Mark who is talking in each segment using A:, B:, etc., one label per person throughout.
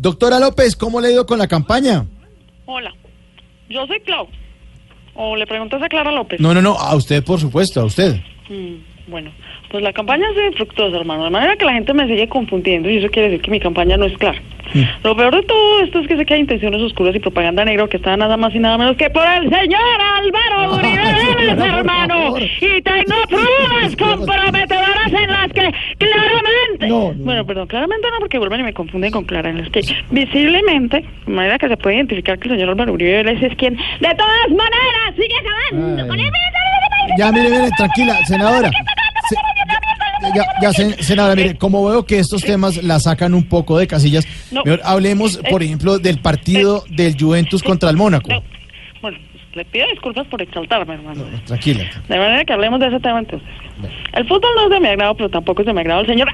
A: Doctora López, ¿cómo le ha ido con la campaña?
B: Hola, yo soy Clau. O le preguntas a Clara López.
A: No, no, no, a usted, por supuesto, a usted.
B: Mm, bueno, pues la campaña ha sido fructuosa, hermano. De manera que la gente me sigue confundiendo y eso quiere decir que mi campaña no es clara.
A: Mm.
B: Lo peor de todo esto es que sé que hay intenciones oscuras y propaganda negra que está nada más y nada menos que por el señor Álvaro Uribe Vélez,
A: por
B: hermano.
A: favor.
B: Y tengo pruebas comprometedoras en las que claramente...
A: No, no.
B: Bueno, perdón, claramente no, porque vuelven y me confunden con Clara, en las que visiblemente, de manera que se puede identificar que el señor Álvaro Uribe Vélez es quien, de todas maneras, sigue acabando
A: Ay.
B: con el...
A: Ya, mire, mire, tranquila, senadora. Se- ya, ya, sen- senadora, mire, como veo que estos temas la sacan un poco de casillas,
B: No.
A: mejor hablemos, por
B: Eh,
A: ejemplo, del partido del Juventus contra el Mónaco.
B: No. Bueno, pues, le pido disculpas por exaltarme, hermano.
A: Tranquila.
B: De manera que hablemos de ese tema entonces. El fútbol no es de mi agrado, pero tampoco es de mi agrado el señor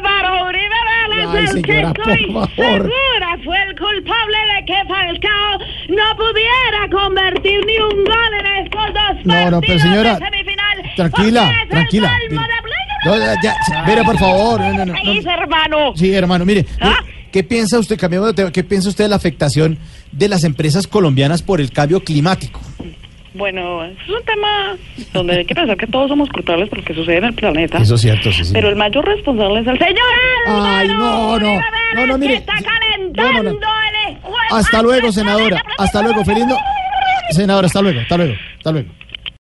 B: Álvaro Uribe Vélez,
A: Ay,
B: el
A: señora,
B: que
A: por
B: estoy
A: favor.
B: segura fue el culpable de que Falcao no pudiera convertir ni un gol en estos dos
A: No,
B: partidos
A: no, pero señora,
B: de semifinal.
A: tranquila,
B: porque es el
A: tranquila.
B: colmo de
A: No, ya, ya, mira, por favor, no, no, no,
B: Ahí,
A: no.
B: hermano.
A: Sí, hermano, mire,
B: ¿Ah?
A: ¿qué piensa usted, cambiamos de tema, qué piensa usted de la afectación de las empresas colombianas por el cambio climático?
B: Bueno, es un tema donde hay que pensar que todos somos culpables por lo que sucede en el planeta.
A: Eso es cierto, sí, sí.
B: ¿Ah? Pero el mayor responsable es el señor Álvaro.
A: Ay, no, no.
B: Uribe
A: No, no,
B: Vélez,
A: mire.
B: que Está
A: No, no, no.
B: calentando el escuela.
A: Hasta luego, senadora. Hasta luego, feliz no- Senadora, hasta luego, hasta luego, hasta luego.